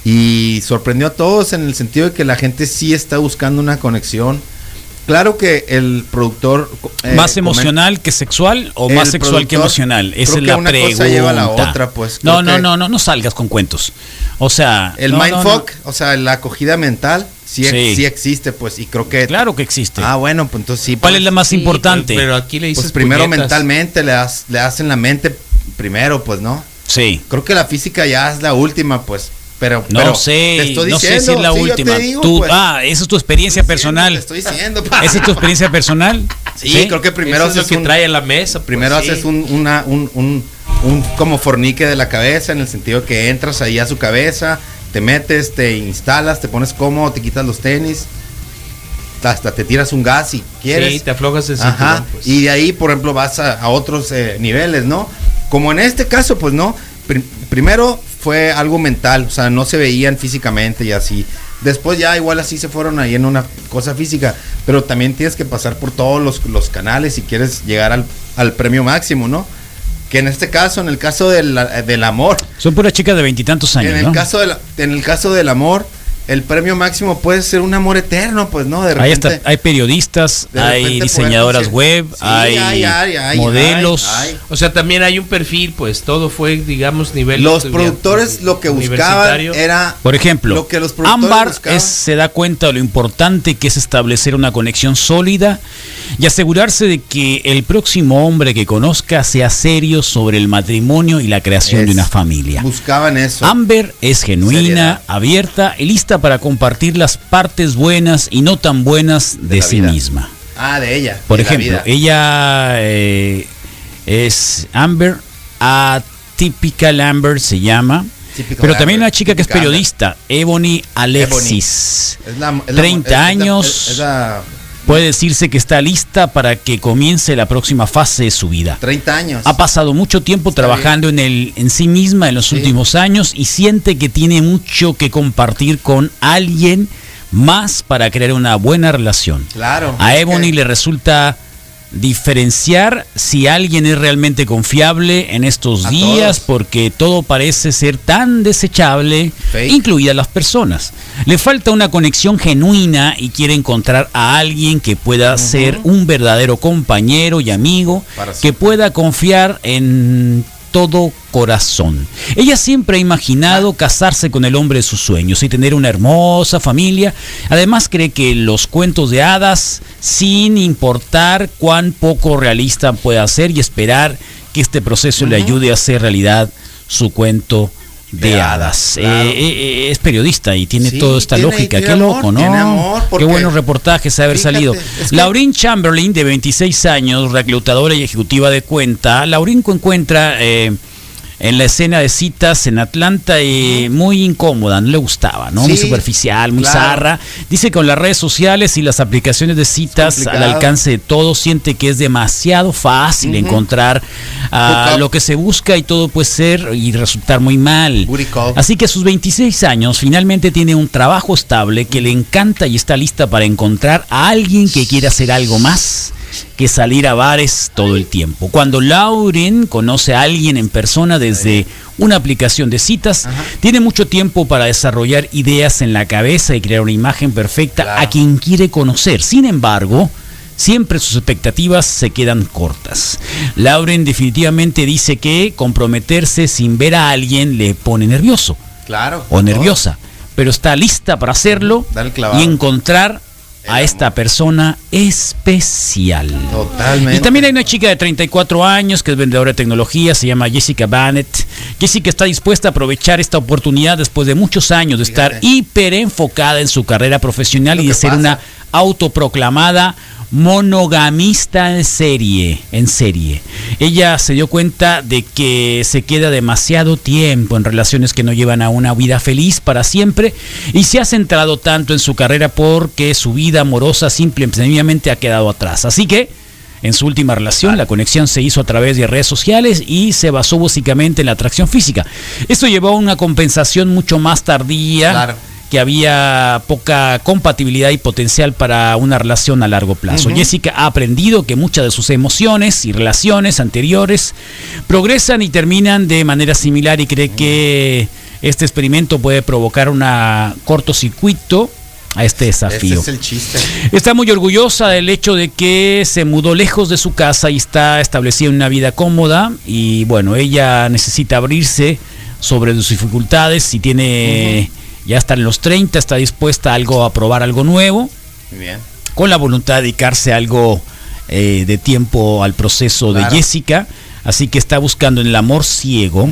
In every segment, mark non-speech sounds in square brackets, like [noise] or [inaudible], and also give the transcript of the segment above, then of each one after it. Y sorprendió a todos en el sentido de que la gente sí está buscando una conexión. Claro que el productor... eh, ¿Más comen- emocional que sexual o más El sexual que productor, emocional? Esa es creo que la una pregunta. cosa lleva a la otra, pues, creo no, no, que- no, no, no salgas con cuentos. O sea, El no, no, mindfuck, o sea, la acogida mental, sí, ex- Sí. sí existe, pues, y creo no. que... Claro que existe. Ah, bueno, pues entonces sí. ¿Cuál pues, es la más Sí, importante? Pero aquí le dices Pues primero puñetas. mentalmente, le, das- le hacen la mente primero, pues, ¿no? sí. Creo que la física ya es la última, pues. Pero, No pero sé, te estoy no sé si diciendo, es la sí, yo última. te digo, Tú- pues, ah, esa es tu experiencia te estoy diciendo, personal. Te estoy [laughs] diciendo. Esa es tu experiencia personal. Sí, creo que primero Eso es lo haces que un, trae a la mesa. primero pues, sí. haces un, una, un, un, un como fornique de la cabeza, en el sentido que entras ahí a su cabeza, te metes, te instalas, te pones cómodo, te quitas los tenis, hasta te tiras un gas si quieres. Sí, te aflojas el cinturón. Ajá. pues. Y de ahí, por ejemplo, vas a, a otros eh, niveles, ¿no? Como en este caso, pues no. Pri- primero fue algo mental, o sea, no se veían físicamente y así. Después ya igual así se fueron ahí en una cosa física, pero también tienes que pasar por todos los, los canales si quieres llegar al, al premio máximo, ¿no? Que en este caso, en el caso del, del amor, Son puras chicas de veintitantos años, en el, ¿no? caso del, en el caso del amor, el premio máximo puede ser un amor eterno, pues, ¿no? De Ahí repente- está, hay periodistas, de hay repente diseñadoras poder- web, Sí, hay, hay, hay, hay, modelos. hay, hay. O sea, también hay un perfil, pues todo fue, digamos, nivel. Los estudiante- productores lo que buscaban universitario. era. Por ejemplo, Lo que los productores Ámbar buscaban. es- se da cuenta de lo importante que es establecer una conexión sólida y asegurarse de que el próximo hombre que conozca sea serio sobre el matrimonio y la creación de Es- una familia. Buscaban eso. Amber es genuina, Seriedad. abierta y lista para compartir las partes buenas y no tan buenas de, De la sí vida. misma. ah, de ella. Por de la ejemplo, vida. ella eh, es Amber, Atypical Amber se llama. Typical pero también Amber, Eh, una chica que es Typical periodista, Ebony Alexis. Es la- es la- 30 es la- años. Es, es la Puede decirse que está lista para que comience la próxima fase de su vida. 30 años. Ha pasado mucho tiempo Está trabajando en, el, en sí misma en los Sí. últimos años y siente que tiene mucho que compartir con alguien más para crear una buena relación. Claro. A es Ebony que- le resulta diferenciar si alguien es realmente confiable en estos A días todos. porque todo parece ser tan desechable, Fake. incluidas las personas. Le falta una conexión genuina y quiere encontrar a alguien que pueda ser un verdadero compañero y amigo, Para que siempre. pueda confiar en todo corazón. Ella siempre ha imaginado casarse con el hombre de sus sueños y tener una hermosa familia. Además cree que los cuentos de hadas, sin importar cuán poco realista pueda ser y esperar que este proceso le ayude a hacer realidad su cuento de, De hadas. hadas, Eh, claro. eh, eh, es periodista y tiene Sí, toda esta tiene- lógica. tiene Qué amor, loco, ¿no? tiene amor, Qué porque- buenos reportajes haber Fíjate, salido. es Laurín que- Maureen Chamberlain, de 26 años, reclutadora y ejecutiva de cuenta, Laurín encuentra eh, en la escena de citas en Atlanta eh, muy incómoda, no le gustaba, ¿no? muy Sí, superficial, muy claro. zarra. Dice que con las redes sociales y las aplicaciones de citas al complicado. alcance de todos siente que es demasiado fácil encontrar ah, Hookup. lo que se busca y todo puede ser y resultar muy mal. Booty call. Así que a sus 26 años finalmente tiene un trabajo estable que le encanta y está lista para encontrar a alguien que quiera hacer algo más que salir a bares todo el tiempo. Cuando Lauren conoce a alguien en persona desde una aplicación de citas, tiene mucho tiempo para desarrollar ideas en la cabeza y crear una imagen perfecta Claro. a quien quiere conocer. Sin embargo, siempre sus expectativas se quedan cortas. Lauren definitivamente dice que comprometerse sin ver a alguien le pone nervioso Claro. o nerviosa, pero está lista para hacerlo Dale el clavado. y encontrar a esta persona especial. Totalmente. Y también hay una chica de 34 años que es vendedora de tecnología, se llama Jessica Bannett. Jessica está dispuesta a aprovechar esta oportunidad después de muchos años de estar Fíjate. hiper enfocada en su carrera profesional Lo y de que ser pasa. una autoproclamada monogamista en serie, en serie. Ella se dio cuenta de que se queda demasiado tiempo en relaciones que no llevan a una vida feliz para siempre y se ha centrado tanto en su carrera porque su vida amorosa simple y sencillamente ha quedado atrás. Así que en su última relación, la conexión se hizo a través de redes sociales y se basó básicamente en la atracción física. Esto llevó a una compensación mucho más tardía Claro. que había poca compatibilidad y potencial para una relación a largo plazo. Jessica ha aprendido que muchas de sus emociones y relaciones anteriores progresan y terminan de manera similar y cree que este experimento puede provocar un cortocircuito a este Ese desafío. es el chiste. Está muy orgullosa del hecho de que se mudó lejos de su casa y está establecida en una vida cómoda. Y bueno, ella necesita abrirse sobre sus dificultades. Si tiene, ya está en los 30, está dispuesta a algo, a probar algo nuevo, Muy bien. con la voluntad de dedicarse algo eh, de tiempo al proceso Claro. de Jessica. Así que está buscando en el amor ciego.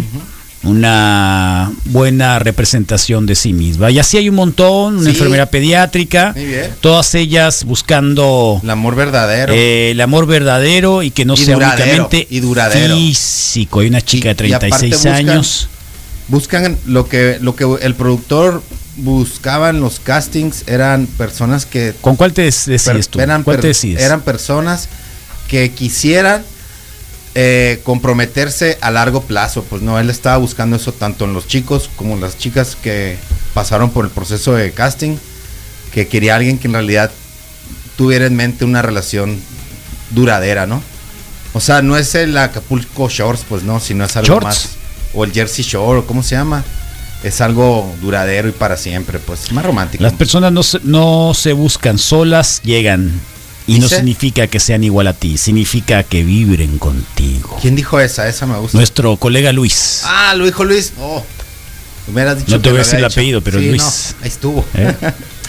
Una buena representación de sí misma. Y así hay un montón, una Sí. enfermera pediátrica, Muy bien. todas ellas buscando El amor verdadero. eh, el amor verdadero y que no Y sea duradero, únicamente y duradero. físico. Hay una chica de Y- y aparte 36 buscan- años. Buscan lo que, lo que el productor buscaba en los castings eran personas que ¿Con cuál te des- per- decides tú? eran, ¿Cuál per- te decides? eran personas que quisieran eh, comprometerse a largo plazo. Pues no, él estaba buscando eso tanto en los chicos como en las chicas que pasaron por el proceso de casting, que quería alguien que en realidad tuviera en mente una relación duradera, ¿no? O sea, no es el Acapulco Shorts, pues no, sino es algo Shorts. más. O el Jersey Shore, o ¿cómo se llama? Es algo duradero y para siempre, pues más romántico. Las personas no se, no se buscan solas, llegan. Y no Dice- significa que sean igual a ti, significa que vibren contigo. ¿Quién dijo esa? Esa me gusta. Nuestro colega Luis. Ah, lo dijo Luis. Oh, me hubieras dicho No te que voy a lo había decir el hecho. apellido, pero Sí, Luis. no, ahí estuvo. [laughs] ¿Eh?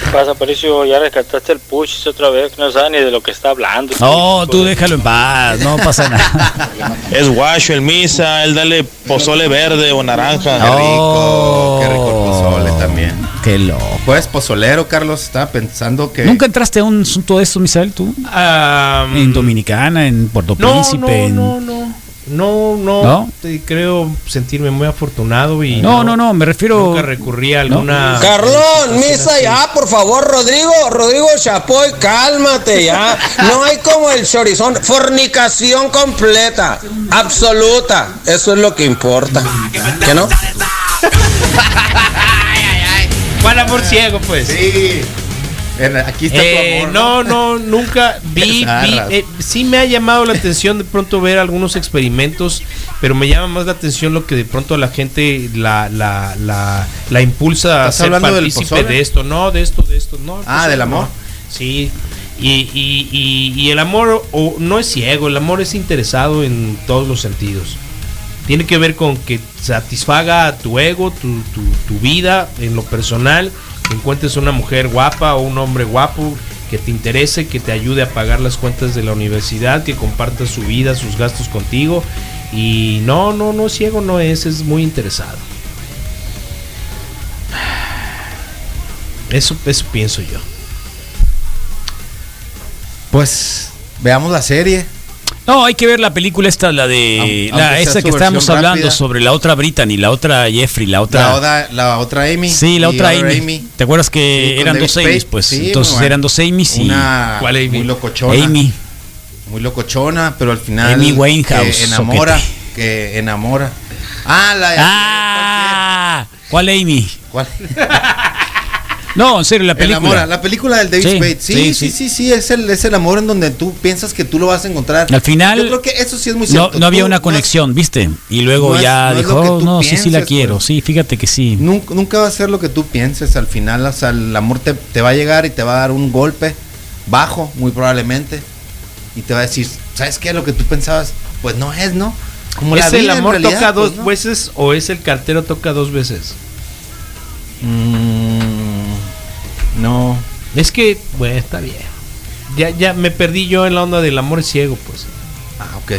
¿Qué pasa, Aparicio? Ya rescataste el push otra vez, que no sabe ni de lo que está hablando. No, Oh, tú déjalo en paz, no pasa [laughs] nada. Es guacho, el misa, el dale pozole verde o naranja. rico, qué rico el Oh, pozole también. Qué loco. Jueves pozolero, Carlos, estaba pensando que. ¿Nunca entraste a un asunto de eso, Misael, tú? Ah, Mm. En Dominicana, en Puerto no, Príncipe. en- no, no, no, no, no, ¿No? te- creo sentirme muy afortunado y No, no, no, me refiero- nunca recurrí a alguna Ah, Carlón, misa ya, por favor, Rodrigo, Rodrigo Chapoy, cálmate [laughs] ya. No hay como el chorizón, fornicación completa, absoluta. Eso es lo que importa. ¿Qué no? ¿Cuál amor ciego, pues? Sí. Ven, Aquí está Eh, tu amor. no, no, nunca vi, vi Zarras. eh, sí me ha llamado la atención de pronto ver algunos experimentos, pero me llama más la atención lo que de pronto la gente la, la, la, la impulsa a ¿Estás ser hablando del partícipe pozole? de esto, no, de esto, de esto, no. el Ah, pozole del no. amor. Sí, y, y, y, y el amor o, no es ciego, el amor es interesado en todos los sentidos. Tiene que ver con que satisfaga tu ego, tu, tu, tu vida en lo personal, que encuentres una mujer guapa o un hombre guapo que te interese, que te ayude a pagar las cuentas de la universidad, que comparta su vida, sus gastos contigo. Y no, no, no, ciego no es, es muy interesado. Eso, eso pienso yo. Pues veamos la serie. No, hay que ver la película esta, la de Aunque- la aunque sea esa su que estábamos versión hablando rápida. sobre la otra Brittany, la otra Jeffrey, la La, otra. oda- la otra Amy. sí, la y otra otra Amy. ¿Te acuerdas que Sí, con eran David dos Amy's? Spade. Pues Sí, entonces muy bueno. eran dos Amy's y Una Eh, ¿Cuál Amy? muy locochona. Amy. Muy locochona, pero al final. Amy Winehouse, Que enamora. soquete. Que enamora. Ah, la. Ah, ¿cuál Amy? ¿Cuál? No, en serio, la El amor, película. la película del David Sí, Spade. Sí, sí, sí, sí, sí. sí, es, el, es el amor en donde tú piensas que tú lo vas a encontrar. Al final- Yo creo que eso sí es muy No, cierto. no había Tú una no- conexión, ¿viste? Y luego no es- ya no es lo dijo, que "Oh, tú no, sí, sí la piensas, quiero, pues". sí, fíjate que sí. Nunca, nunca va a ser lo que tú pienses al final. O sea, el amor te, te va a llegar y te va a dar un golpe bajo, muy probablemente. Y te va a decir, ¿sabes qué? Lo que tú pensabas, pues no es, ¿no? Como la ¿Es el vida, en amor realidad, toca dos pues, ¿no? veces o es el cartero toca dos veces? Mm, no. Es que, bueno, está bien. Ya, ya me perdí yo en la onda del amor ciego, pues. Ah, ok.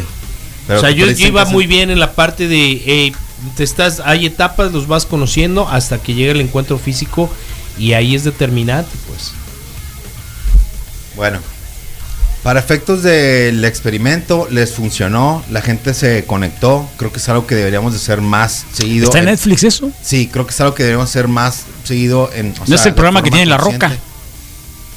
Pero o sea, que yo, parecen yo iba que muy se- bien en la parte de, hey, te estás, hay etapas, los vas conociendo hasta que llega el encuentro físico y ahí es determinante, pues. Bueno. Para efectos del experimento, les funcionó, la gente se conectó. Creo que es algo que deberíamos de hacer más seguido. ¿Está en Netflix eso? Sí, creo que es algo que deberíamos hacer más seguido en. o No es el de programa forma que tiene La Roca. consciente.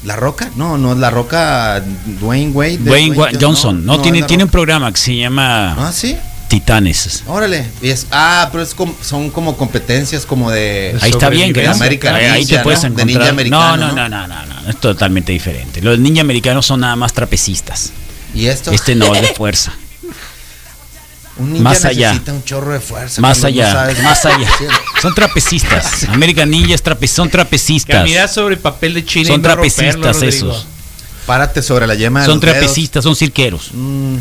¿La Roca? No, no es La Roca Dwayne Wade. de Dwayne Wa- Johnson. No, es tiene, La tiene un Roca. programa que se llama Ah, sí. Titanes. Órale. Y es- ah, pero es como- son como competencias como de. Ahí está bien, de que American ahí, ahí Ninja, te puedes ¿no? De encontrar. ninja americano, no, no, no, ¿no? no, no, no, no, es totalmente diferente. Los ninja americanos son nada más trapecistas. Y esto. Este no es [laughs] de fuerza. un ninja más allá. necesita un chorro de fuerza. Más cuando no allá, sabes más qué allá. hacer. Son [laughs] trapecistas. American Ninja es trape- son trapecistas. Caminar sobre papel de China. Son y no romperlo, trapecistas Rodrigo. esos. Párate sobre la yema de Son los dedos. trapecistas, son cirqueros. Mm.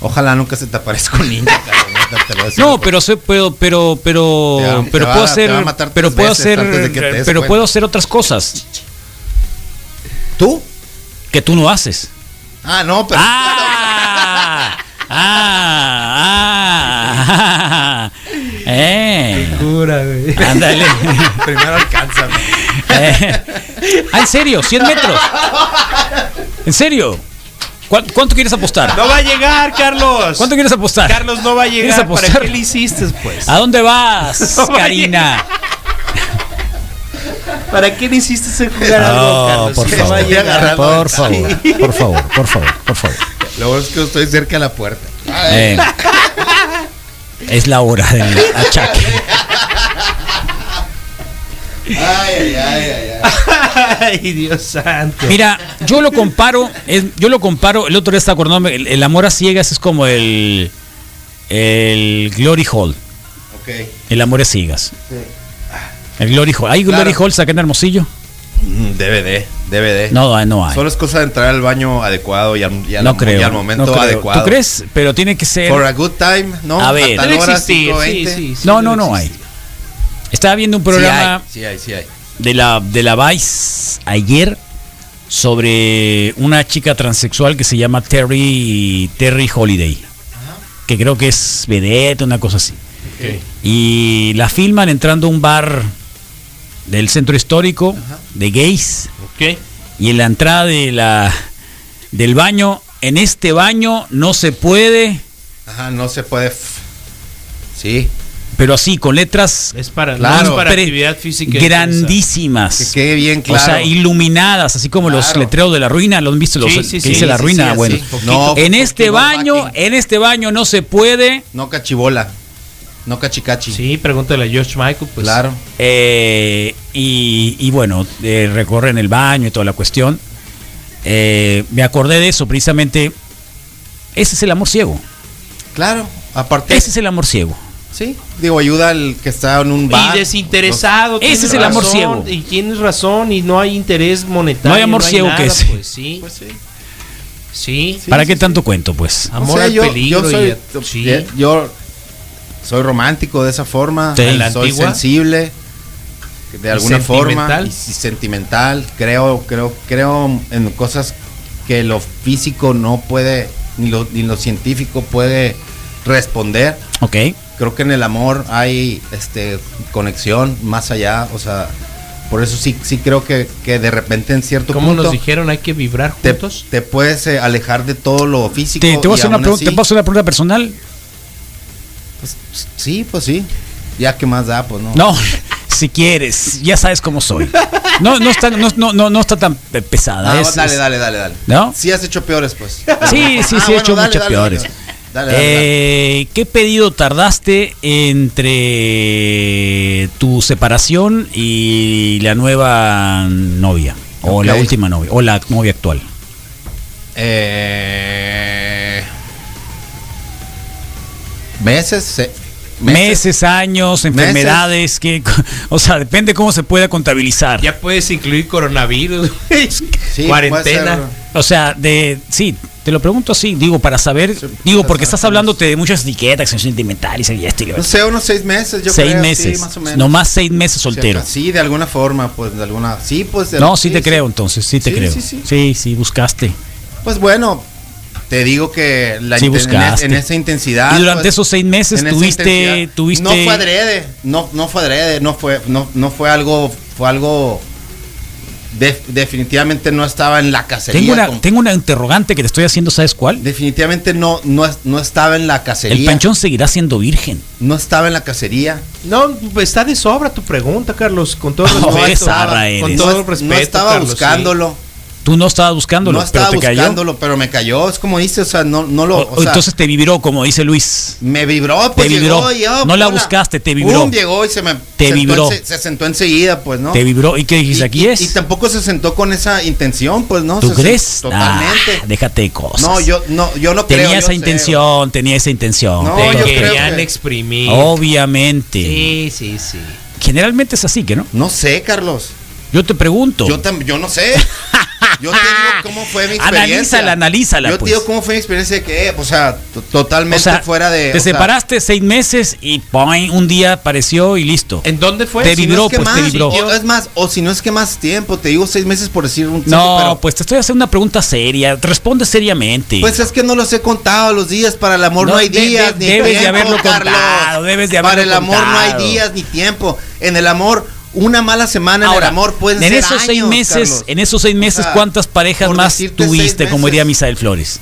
Ojalá nunca se te aparezca un ninja, cabrón, neta, te lo voy a decir. No, pero soy, puedo, pero, pero, Te va- te pero va- puedo te hacer, va a matar pero tres puedo veces hacer, antes de que te des pero cuenta. puedo hacer otras cosas ¿Tú? que tú no haces. Ah, no, pero. [laughs] Ah, ah, ah, ah, eh, Cura, güey. [laughs] ándale. [laughs] Primero alcánzame. [laughs] Eh, ah, en serio, 100 metros. En serio. ¿Cuán- ¿Cuánto quieres apostar? No va a llegar, Carlos. ¿Cuánto quieres apostar? Carlos no va a ¿Quieres llegar. apostar? ¿Para qué le hiciste, pues? ¿A dónde vas, [laughs] No vaya. Karina? ¿Para qué le hiciste ese jugar algo, No, Carlos? por No favor, va a llegar. por favor, [laughs] por favor, por favor, por favor. Lo bueno es que estoy cerca de la puerta. Eh, es la hora del achaque. [laughs] Ay, ay, ay, ay. Ay, Dios santo. Mira, yo lo comparo, es- yo lo comparo, el otro día estaba acordándome, el, el amor a ciegas es como el, el Glory Hall, Ok. el amor a ciegas. El Glory Hall. ¿Hay Claro. Glory Halls acá en Hermosillo? Mm, DVD, DVD. No, ah, no hay. Solo es cosa de entrar al baño adecuado y al, y al- no creo. y al momento no creo. adecuado. ¿Tú crees? Pero tiene que ser... For a good time, ¿no? A ver. A tal Debe hora, existir, 5:20. sí, sí, sí, no, debe no, no hay. existir. Estaba viendo un Sí programa... hay, sí hay, sí hay. de la, de la Vice ayer sobre una chica transexual que se llama Terry, Terry Holiday, que creo que es vedette, una cosa así. Y la filman entrando a un bar del centro histórico de gays Ok. y en la entrada de la, del baño, en este baño no se puede, Ajá, no se puede. f- Sí. pero así, con letras Es para, Claro. no es para pre- actividad física. grandísimas. Que quede bien claro. O sea, iluminadas, así como los Claro. letreros de la ruina, ¿lo han visto? Los, Sí, sí, que sí, dice la sí, ruina, sí, bueno. sí, poquito. en No, poquito este baño, backing. en este baño no se puede. eh, No cachibola. No cachicachi. Sí, pregúntale a George Michael, pues. Claro. eh, y, y bueno, eh, recorren el baño y toda la cuestión. Eh, me acordé de eso, precisamente. Ese es el amor ciego. Claro. Aparte. Ese es el amor ciego. Sí. Digo, ayuda al que está en un bar. Y desinteresado. Ese tienes es el amor razón, ciego. Y tienes razón, y no hay interés monetario. No hay amor ciego que ese. Pues sí, Pues sí. sí. ¿Para qué tanto cuento, pues? Amor O sea, al yo- peligro. Yo y soy, a- sí. yo- yo soy romántico de esa forma. Sí. soy ¿La antigua? sensible de alguna forma sentimental? y, y sentimental. Creo, creo, creo en cosas que lo físico no puede ni lo, ni lo científico puede responder. Ok. Creo que en el amor hay este conexión más allá, o sea, por eso sí sí creo que, que de repente en cierto Como punto nos dijeron, hay que vibrar te, juntos. te puedes eh, alejar de todo lo físico. Te, te voy a y hacer una aún pregunta, ¿te así- puedo hacer una pregunta personal? pues, sí, pues sí. Ya que más da, pues no. No, [laughs] si quieres, ya sabes cómo soy. No, no está, no, no, no, no está tan eh, pesada. Ah, es- dale, es- dale, dale, dale. ¿No? Sí has hecho peores, pues. Sí, sí, Ah, sí, he bueno, hecho dale, muchas dale, peores. Dale, dale, dale. Eh, ¿Qué pedido tardaste entre tu separación y la nueva novia? O Ok. la última novia, o la novia actual. Eh, meses, se- Meses, años, enfermedades, que, [laughs] o sea, depende cómo se pueda contabilizar. [laughs] Ya puedes incluir coronavirus, Sí, puede cuarentena. ser. o sea, de, sí, te lo pregunto así, digo, para saber, digo, porque estás hablándote de muchas etiquetas, que son sentimentales y esto y lo No otro. sé, unos seis meses, yo seis creo, sí, meses, más o menos. nomás seis meses soltero. Sí, de alguna forma, pues de alguna. Sí, pues. de- no, sí, te creo entonces, sí te Sí, creo. sí, Sí sí. sí. buscaste. Pues bueno, te digo que la Sí inten- en, es- buscaste. en esa intensidad. y durante pues, esos seis meses en esa tuviste, intensidad, tuviste... No fue adrede, no, no fue adrede, no fue, no, no fue algo, fue algo. de- definitivamente no estaba en la cacería. tengo, como- una, tengo una interrogante que te estoy haciendo, ¿sabes cuál? Definitivamente no, no, es- no estaba en la cacería. El panchón seguirá siendo virgen. No estaba en la cacería. No, está de sobra tu pregunta, Carlos. Con [laughs] todo No, respeto. qué zarra con eres. todo no, respeto. no estaba Carlos, sí. buscándolo. Tú no estabas buscándolo, No estaba pero te cayó. buscándolo, pero me cayó. Es como dice, o sea, no, no lo. O- o o sea, entonces te vibró, como dice Luis. Me vibró, pues Te llegó vibró. y, oh, No la hola. buscaste, te vibró. Pum, llegó y se me Te sentó vibró. ense- se sentó enseguida, pues, ¿no? Te vibró. ¿Y qué dijiste? Y- Aquí y, es. Y tampoco se sentó con esa intención, pues, ¿no? ¿Tú Se- se- crees? Totalmente. Ah, déjate de cosas. no, yo no, yo no creo. tenía yo esa sé. intención, tenía esa intención. No, Te yo creo querían que- exprimir. Oh, Obviamente. Sí, sí, sí. Generalmente es así, que ¿no? No sé, Carlos. Yo te pregunto. Yo, tam- yo [laughs] no sé. Yo te digo cómo fue mi experiencia. Analízala, analízala, Yo te pues. digo cómo fue mi experiencia de que, eh, o sea, to- o totalmente sea, fuera de. te o sea, separaste seis meses y ¡poing! un día apareció y listo. ¿En dónde fue? Te Si no vibró, es que pues, te más, vibró. yo- o es más, o si no es que más tiempo, te digo seis meses por decir un tiempo, no, pero- pues te estoy haciendo una pregunta seria. Responde seriamente. Pues es que no los he contado los días, para el amor no, No, hay de- de- días ni debes de tiempo, haberlo Carlos. contado, debes de Para haberlo el amor no hay contado. días ni tiempo. En el amor, una mala semana en el amor pueden en ser esos seis años, meses, Carlos. en esos seis meses, sea, ¿cuántas parejas por más decirte seis tuviste? Como meses. diría Misael Flores.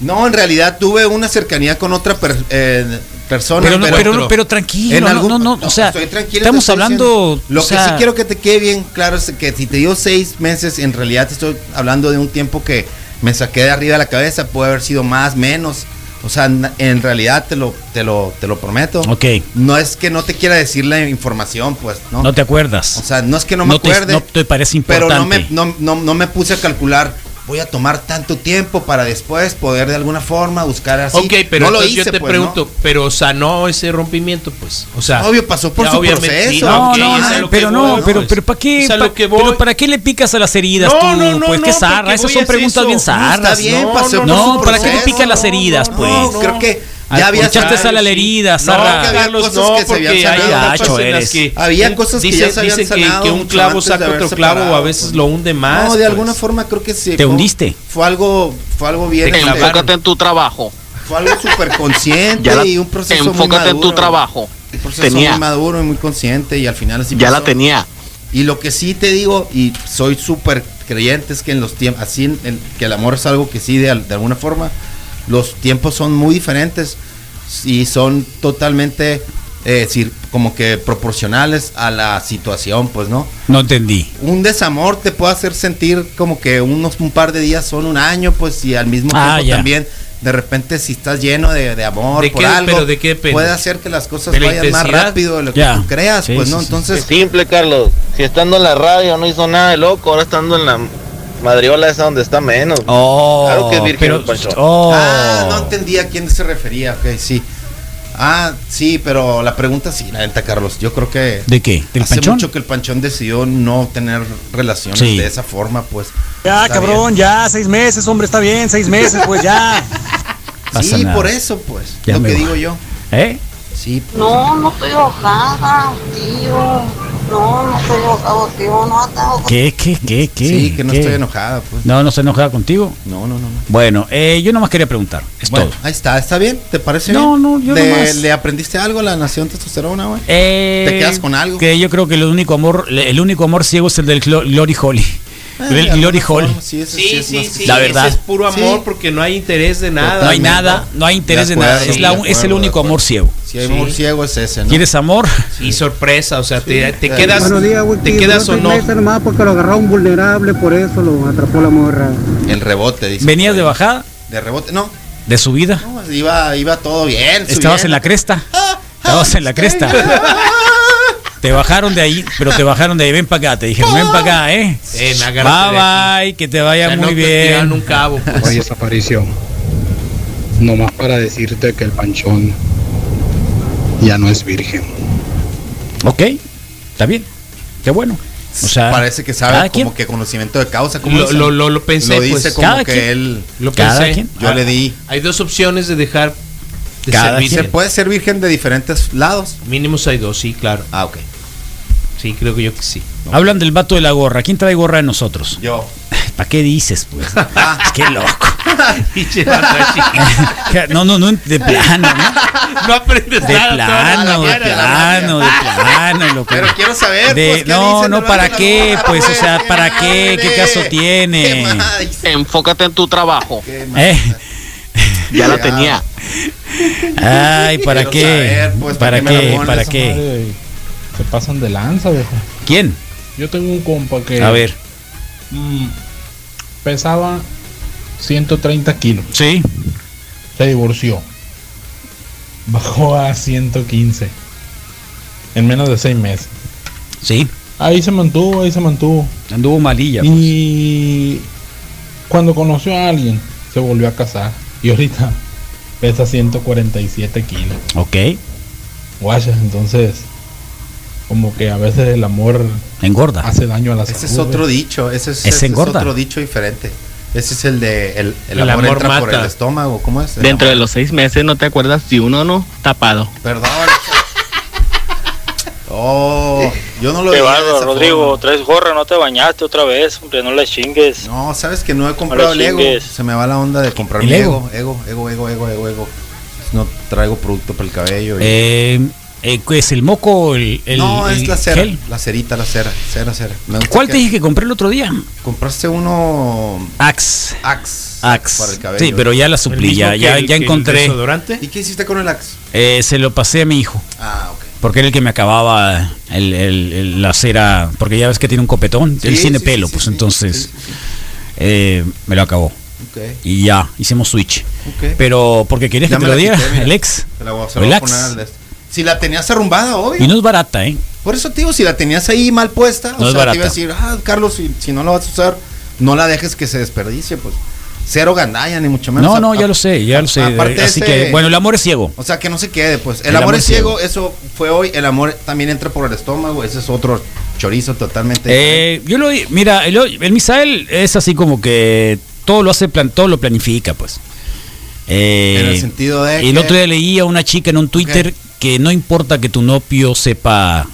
No, en realidad tuve una cercanía con otra per- eh, persona, Pero, no- pero, no- otro. pero tranquilo, En no, algún- no, no, o sea, estoy tranquilo, te estamos estoy hablando. diciendo. Lo o sea, que sí quiero que te quede bien claro es que si te dio seis meses, en realidad te estoy hablando de un tiempo que me saqué de arriba de la cabeza. Puede haber sido más, menos. O sea, na- en realidad te lo, te lo, te lo prometo. Ok. No es que no te quiera decir la información, pues, ¿no? No te acuerdas. o sea, no es que no me No te- acuerde. no te parece Pero no me, importante. no, no- no me puse a calcular. Voy a tomar tanto tiempo para después poder de alguna forma buscar así. ok, pero no lo entonces hice, yo te pues, ¿no? pregunto, pero sanó ese rompimiento, pues. O sea, Obvio, pasó por ya su obviamente- proceso. sí, no, ok, no, es a no, lo pero que no, voy, pero, pues. pero ¿para qué? Es a lo pa- que voy. pero ¿para qué le picas a las heridas No, tú? no, no, pues qué no, zarra, porque esas voy son es preguntas eso. bien No, está zarras. Está bien, No, pasó por no, su no, ¿para qué le proceso. pican las heridas, No, pues? creo que Al- ya había echaste sal a la herida, Sarra. que había Carlos, cosas no, que se porque habían hay sanado, etapas gacho en las eres. que Había un- cosas que dicen- ya se habían dicen que- sanado que, un mucho clavo antes de saca haber otro clavo, separado, a veces pues. lo hunde más. No, de pues. alguna forma creo que sí. Te fue- hundiste. Fue algo, fue algo bien. Te este, clavaron. Enfócate en tu trabajo. Fue algo súper consciente Ya la- y un proceso muy enfócate en tu maduro. trabajo. Un proceso Tenía. muy maduro y muy consciente y al final así Ya pasó. la tenía. Y lo que sí te digo, y soy súper creyente, es que en los tiempos, así en- en- que el amor es algo que sí, de, al- de alguna forma, los tiempos son muy diferentes y son totalmente, eh, decir, como que proporcionales a la situación, pues, ¿no? No entendí. Un desamor te puede hacer sentir como que unos un par de días son un año, pues, y al mismo Ah, tiempo ya. también, de repente, si estás lleno de, de amor ¿De por qué- algo, pero de qué depende? puede hacer que las cosas ¿De la vayan más intensidad? rápido de lo que Ya. tú creas, Sí, pues, sí, ¿no? sí. Entonces, Simple, Carlos. Si estando en la radio no hizo nada de loco, ahora estando en la madriola es donde está menos. Oh, Claro que es virgen, pero- don Pancho. oh. Ah, no entendía a quién se refería, ok, sí. Ah, sí, pero la pregunta sí, la neta, Carlos. Yo creo que. ¿De qué? ¿Del hace panchón? mucho que el panchón decidió no tener relaciones Sí. de esa forma, pues. Ya, Está cabrón, ya, seis meses, hombre, está bien, seis meses, pues ya. bien. Pasa Sí, nada. por eso, pues. Ya lo me que voy. digo yo. [laughs] ¿Eh? Sí, pues. No, no estoy enojada, tío. No, no estoy enojado, tío. No atajo ¿Qué, qué, qué, qué? Sí, que no ¿Qué? estoy enojada, pues. No, no estoy enojada contigo. No, no, no. no. Bueno, eh, yo nomás quería preguntar. Es Bueno, todo. ahí está, ¿está bien? ¿Te parece No, bien? no, yo ¿Le, nomás- ¿Le aprendiste algo a la nación testosterona, güey? Eh, ¿Te quedas con algo? Que yo creo que el único amor, el único amor ciego es el del Glo- Glory Holly. Eh, de el Glory alguna Hall. forma, Sí, ese Sí, es sí, más- sí. La ese verdad. es puro amor Sí. porque no hay interés de nada. No hay Totalmente. nada, no hay interés De de, acuerdo, nada. Es, sí, la- de es el acuerdo, único de amor acuerdo. ciego. Si hay amor Sí. ciego es ese, ¿no? ¿Quieres amor? Y sorpresa, o sea, te, te claro. quedas, Buenos días, güey. te quedas o duró no. seis meses nomás porque lo agarró un vulnerable, por eso lo atrapó la morra. El rebote, dice. ¿Venías de bajada? De rebote, no. ¿De subida? No, iba, iba todo bien. Estabas en subiendo. la cresta. Estabas en la cresta. [laughs] Te bajaron de ahí, pero te bajaron de ahí. Ven para acá, te dijeron, ven para acá, ¿eh? Ven, agárrate de Bye bye, que te vaya O sea, no muy te bien. tiran un cabo. pues. Oye, esa aparición. Nomás para decirte que el panchón ya no es virgen. Ok, está bien. Qué bueno. O sea, parece que cada sabe quien. como que conocimiento de causa. ¿cómo Lo, dicen? lo, lo, lo pensé, Lo dice pues. como que él. Lo Cada pensé. Ah, quien. Yo le di. Hay dos opciones de dejar de Cada servir. quien. Se puede ser virgen de diferentes lados. Mínimos hay dos, sí, claro. Ah, ok. Sí, creo que yo que sí. [laughs] Hablan del vato de la gorra. ¿Quién trae gorra de nosotros? Yo. ¿Para qué dices, [laughs] pues? qué loco. Pinche [laughs] vato así. No, no, no, de plano, ¿no? no aprendes De nada. plano, de plano, de plano, loco. Pero quiero saber. De- pues, ¿qué no, dicen no, hablando ¿para de la qué? gorra, Pues, o sea, ¿para qué? ¿Qué madre? caso tiene? Qué madre. Enfócate en tu trabajo. Qué madre. Eh, Ya la tenía. Ay, ¿para Quiero qué? saber, pues, ¿Para ¿por qué me la qué? pones, ¿Para Esa qué? madre, Se pasan de lanza, viejo. Eh, ¿Quién? Yo tengo un compa que A ver. mm, pesaba 130 kilos. Sí. Se divorció. Bajó a 115. En menos de 6 meses. Sí. Ahí se mantuvo, ahí se mantuvo. Anduvo malilla. pues. Y cuando conoció a alguien, se volvió a casar. Y ahorita pesa 147 kilos. pues. Ok. Guayas, entonces, como que a veces el amor Engorda. hace daño a la salud. Ese es otro güey. dicho, ese es, Ese ese es engorda. otro dicho diferente. Ese es el de el, el El amor, amor entra por mata. el estómago, ¿cómo es? El Dentro de amor- los seis meses no te acuerdas de uno no tapado. [laughs] Perdón. oh, yo no lo Qué veía de bárbaro, esa Rodrigo. forma. Traes gorra, no te bañaste otra vez, hombre, no la chingues. No, sabes que no he comprado Ahora el Ego. chingues. Se me va la onda de comprar ¿El mi Ego? Ego. Ego, Ego, Ego, Ego, Ego, Ego. No traigo producto para el cabello. y- Eh, eh, ¿qué ¿Es el moco? El, el- no, es el la cera, gel? la cerita, la cera, cera, cera. Me gusta ¿Cuál que te dije que compré el otro día? Compraste uno Axe. Axe para Axe. el cabello. Sí, pero ya la suplí, ya, ya, ya encontré. desodorante? ¿Y qué hiciste con el Axe? Eh, se lo pasé a mi hijo. Ah, ok. Porque era el que me acababa el, el- el- la cera. Porque ya ves que tiene un copetón. Sí, él tiene sí, pelo, sí, pues sí, entonces sí, eh, me lo acabó. Ok. Y ya, hicemos switch. Ok. Pero porque querías Ya que me te lo la diera, quité, mira. el ex. Te la voy a- se O la el voy a Axe. poner al de este. Si la tenías arrumbada, Y obvio. no es barata, ¿eh? Por eso, tío, si la tenías ahí mal puesta, No o es sea, barata. te iba a decir, ah, Carlos, si, si no la vas a usar, no la dejes que se desperdicie, pues. Cero gandalla, ni mucho menos. No, A- no, ya a- lo sé, ya lo sé. aparte Así ese- que, bueno, el amor es ciego. O sea, que no se quede, pues. El, El amor, amor es es ciego, eso fue hoy. El amor también entra por el estómago, ese es otro chorizo totalmente. diferente. Eh, yo lo mira, el, el Misael es así como que todo lo hace, plan, todo lo planifica, pues. Eh, En el sentido de El que- otro día leí a una chica en un Twitter que no importa que tu novio sepa,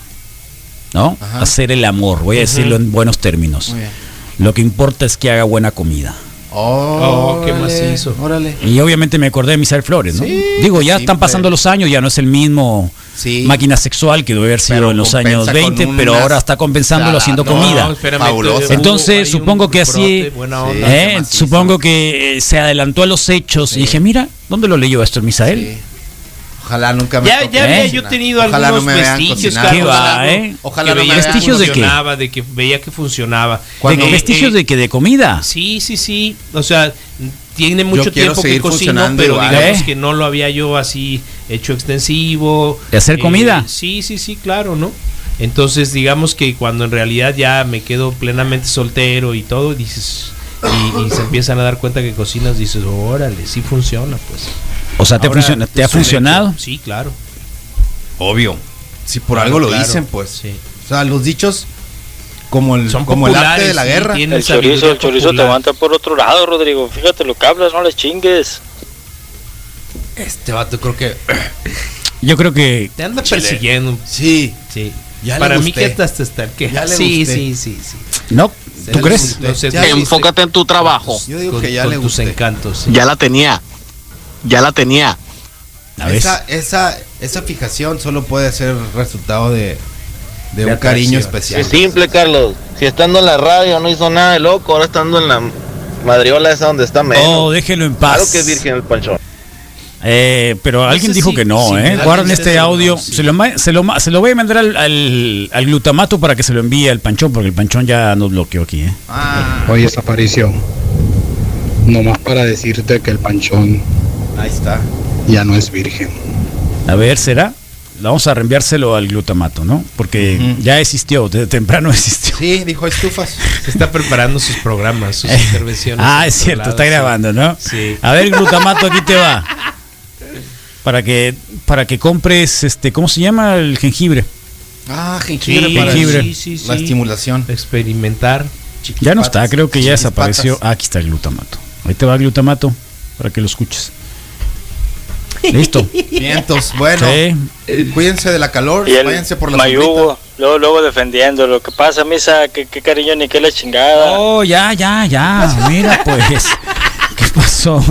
¿no? Ajá. Hacer el amor, voy a decirlo en buenos términos. Muy bien. Lo que importa es que haga buena comida. Oh, qué Órale, macizo. Órale. Y obviamente me acordé de Misael Flores, ¿no? Sí, Digo, ya sí, están pasando pues. los años, ya no es el mismo Sí. máquina sexual que debe haber sido Pero en los compensa años con 20, pero unas ahora está compensándolo haciendo saladas, comida. No, espérame, Fabuloso. hubo Entonces, ahí supongo un que así- brote, buena Sí. onda. Bastante Eh, macizo. Supongo que eh, se adelantó a los hechos y dije, mira, ¿dónde lo leyó esto el Misael? Sí. Ojalá nunca me Ya, toque ya había ¿Eh? yo cocinar. tenido Ojalá algunos no me vean vestigios, cocinar. Qué Carlos. va, algo ¿eh? Ojalá que no me veía vean ¿Vestigios de que qué? funcionaba, de que veía que funcionaba. ¿De Cuando- qué Eh, vestigios eh, de que de comida? Sí, sí, sí. O sea, tiene mucho Yo quiero tiempo que seguir cocino, funcionando pero igual. digamos ¿Eh? que no lo había yo así hecho extensivo. Eh, ¿De hacer comida? Sí, sí, sí, claro, ¿no? Entonces, digamos que cuando en realidad ya me quedo plenamente soltero y todo, dices. Y, y se empiezan a dar cuenta que cocinas, dices, órale, sí funciona, pues. O sea, Ah, ¿te, Ahora, funciona- te ha es un hecho. funcionado? Sí, claro. Obvio. Si por Claro, algo lo claro. dicen, pues. Sí. O sea, los dichos como el, Son como el arte populares, de la sí, guerra. tienen El chorizo, sabiduría el chorizo te popular. aguanta por otro lado, Rodrigo. Fíjate lo que hablas, no le chingues. Este vato creo que. [clears throat] Yo creo que Te anda persiguiendo. Sí. Sí. Ya le Para mí que gusté. hasta hasta estar que. Ya le Sí, gusté. sí, sí, sí. no. Se ¿Tú le crees? gustó. Entonces, Ya le gusté. Enfócate en tu trabajo. Yo digo Con- que ya con le tus gusté. encantos. sí. Ya la tenía. Ya la tenía. A ver. Esa, esa, esa fijación solo puede ser resultado de, de, De un cariño especial. atracción. Es simple, Carlos. Si estando en la radio no hizo nada de loco, ahora estando en la madriola esa donde está menos. Oh, déjenlo en paz. claro que es virgen el panchón. Eh, pero alguien Ese dijo sí, que no, sí, ¿eh? me da Guarden tristeza, este no, audio. sí. se, lo, ma- se, lo, ma- se lo voy a mandar al, al- al glutamato para que se lo envíe al panchón, porque el panchón ya nos bloqueó aquí, ¿eh? Ah, Oye, esa aparición. Nomás para decirte que el panchón ahí está. ya no es virgen. A ver, ¿será? Vamos a reenviárselo al glutamato, ¿no? Porque Ujú. ya existió, de temprano [laughs] existió. Sí, dijo estufas. Se está preparando sus [laughs] programas, sus Eh, intervenciones. Ah, es en otro cierto, lado, está sí. grabando, ¿no? Sí. A ver, glutamato, aquí te va. Para que para que compres este, ¿cómo se llama el jengibre? Ah, jengibre Sí, para jengibre. sí, sí, sí. la [laughs] estimulación. Experimentar. Ya no está, creo que ya desapareció. Ah, aquí está el glutamato. Ahí te va el glutamato para que lo escuches. [laughs] Listo. Vientos, bueno. Cuídense de la calor, Y el váyanse por la Mayugo, luego, luego defendiendo. Lo que pasa, misa, que, que cariño ni que la chingada. Oh, ya, ya, ya. Mira, pues. [laughs] ¿Qué [laughs] pasó?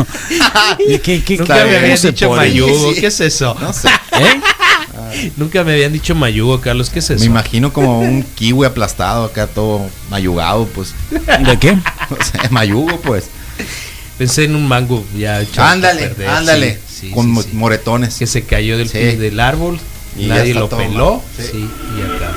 ¿Y qué, qué, Nunca qué- me cómo habían se dicho pone? mayugo. ¿Qué es eso? [laughs] ¿Eh? Nunca me habían dicho mayugo, Carlos. ¿Qué es eso? Ah. Me imagino como un kiwi aplastado acá, todo mayugado, pues. [laughs] ¿De qué? mayugo, pues. Pensé en un mango ya echado a Ándale, perder, ándale. sí, sí, con sí, mo- sí. moretones. Que se cayó del, Sí. pie del árbol. Y ya nadie está lo todo mal. peló. Sí. Sí. y acá.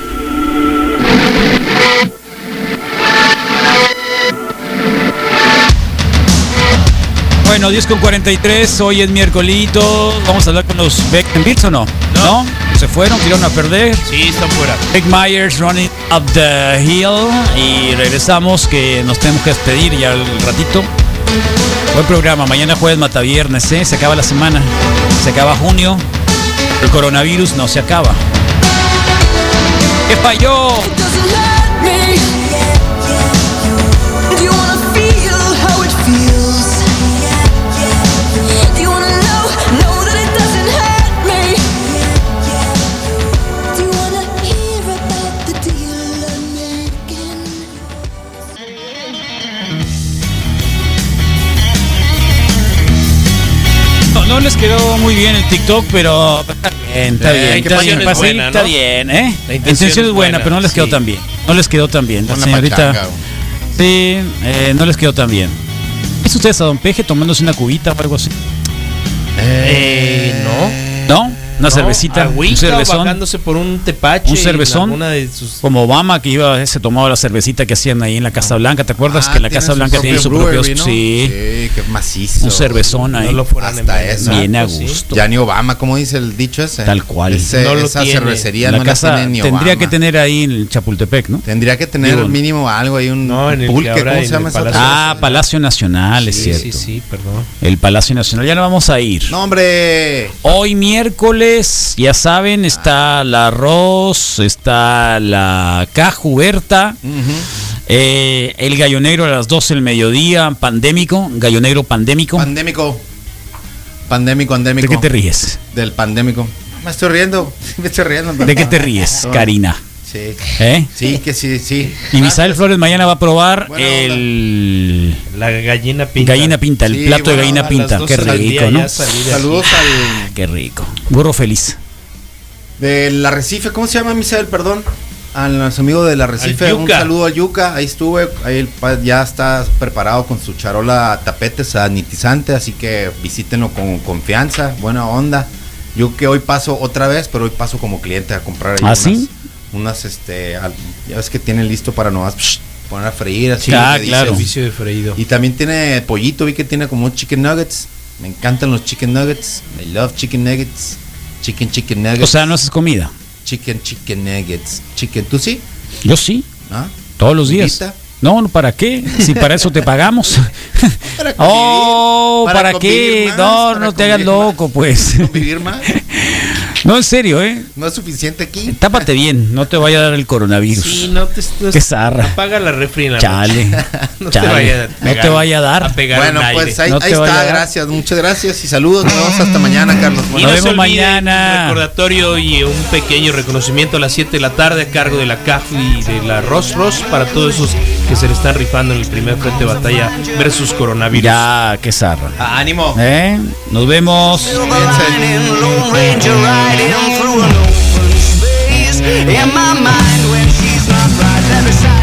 Bueno, 10 con 43, hoy es miércolito. Vamos a hablar con los Beck Beats o no? no? Se fueron, tiraron a perder. Sí, están fuera. Beck Myers running up the hill. Y regresamos, que nos tenemos que despedir ya al ratito. Buen programa, mañana jueves, mata viernes, ¿eh? Se acaba la semana. Se acaba junio. El coronavirus no se acaba. ¿Qué falló? No, no les quedó muy bien el TikTok, pero está bien, está Eh, La bien, está intención bien, es pasa- buena, está ¿no? bien, ¿eh? La La intención intención es es buena, buena, pero no les quedó sí. tan bien. No les quedó tan bien. La Una señorita. pachanga, Sí, eh, no les quedó tan bien. ¿Es ustedes a Don Peje tomándose una cubita o algo así? Eh, no. ¿No? Una No, cervecita, un agüita, cervezón, bajándose por un tepache. un en cervezón. alguna de sus- Como Obama que iba, eh, se tomaba la cervecita que hacían ahí en la Casa Blanca. ¿Te acuerdas Ah, que en la tiene Casa su Blanca propio tiene su propio? brewery, ¿no? Sí, Sí, qué macizo. un cervezón ahí. no lo fueran Hasta eso. envenenar, Bien a pues, sí. gusto. Ya ni Obama, como dice el dicho ese. Tal cual. Ese- No lo esa tiene. cervecería la no casa la tiene ni Obama. tendría que tener ahí en el Chapultepec, ¿no? Tendría que tener Digo, mínimo algo ahí, un No, en el que pulque, habrá ¿cómo en se llama el esa Palacio otra? Ah, Palacio Nacional, es sí, cierto. sí, sí, perdón. El Palacio Nacional, ya no vamos a ir. No, hombre. Hoy miércoles, ya saben, está la arroz, está la cajuberta, eh, el gallo negro a las 12 del mediodía, pandémico, gallo negro pandémico. Pandémico. Pandémico, ¿De pandémico. qué te ríes? Del pandémico. Me estoy riendo. [laughs] Me estoy riendo. ¿De qué te ríes, [laughs] No. Karina? Sí. ¿eh? Sí, que sí, sí. Y Misael Flores mañana va a probar Ah, Buena el La gallina pinta. gallina pinta, el Sí, plato de bueno, gallina a pinta. las Qué 12 del día rico, ¿no? ya salí de aquí. Saludos al Qué rico. Burro feliz. del Arrecife, ¿cómo se llama Misael? Perdón. A los amigos del Arrecife, Al un Yuca. saludo a Yuca, ahí estuve, ahí el pa- ya está preparado con su charola tapete sanitizante, así que visítenlo con confianza, buena onda. Yo que hoy paso otra vez, pero hoy paso como cliente a comprar ahí ¿Ah, unas, sí? unas, este, al- ya ves que tienen listo para nomás psh, poner a freír, así Ah, que dice, claro. "Oficio". Servicio de freído. Y también tiene pollito, vi que tiene como chicken nuggets, me encantan los chicken nuggets, I love chicken nuggets, chicken chicken nuggets. O sea, no haces comida. Chicken, chicken nuggets. Chicken, ¿tú sí? Yo sí, ¿Ah? todos los días. ¿Comidita? No, no, ¿para qué? Si para eso te [laughs] pagamos. Para convivir, oh, para ¿para, convivir qué? más, no, para no te hagas convivir más. loco, [laughs] pues. ¿No vivir más? [laughs] No, en serio, ¿eh? ¿No es suficiente aquí? Tápate bien, no te vaya a dar el coronavirus. Sí, no te no- Qué zarra. Apaga la refri en la Chale, [laughs] No te vaya chale. a No te pegar. vaya a noche. A dar. pegar Bueno, un aire. pues ahí, No ahí te vaya está, a dar. gracias. Muchas gracias y saludos. Nos vemos hasta mañana, Carlos. Y Bueno, Nos vemos no se olviden, mañana. un Recordatorio y un pequeño reconocimiento a las 7 de la tarde a cargo de la CAF y de la Ross Ross para todos esos que se le están rifando en el primer frente de batalla versus coronavirus. Ya, qué zarra. ah, ánimo. ¿Eh? Nos vemos. In my mind when she's not right there beside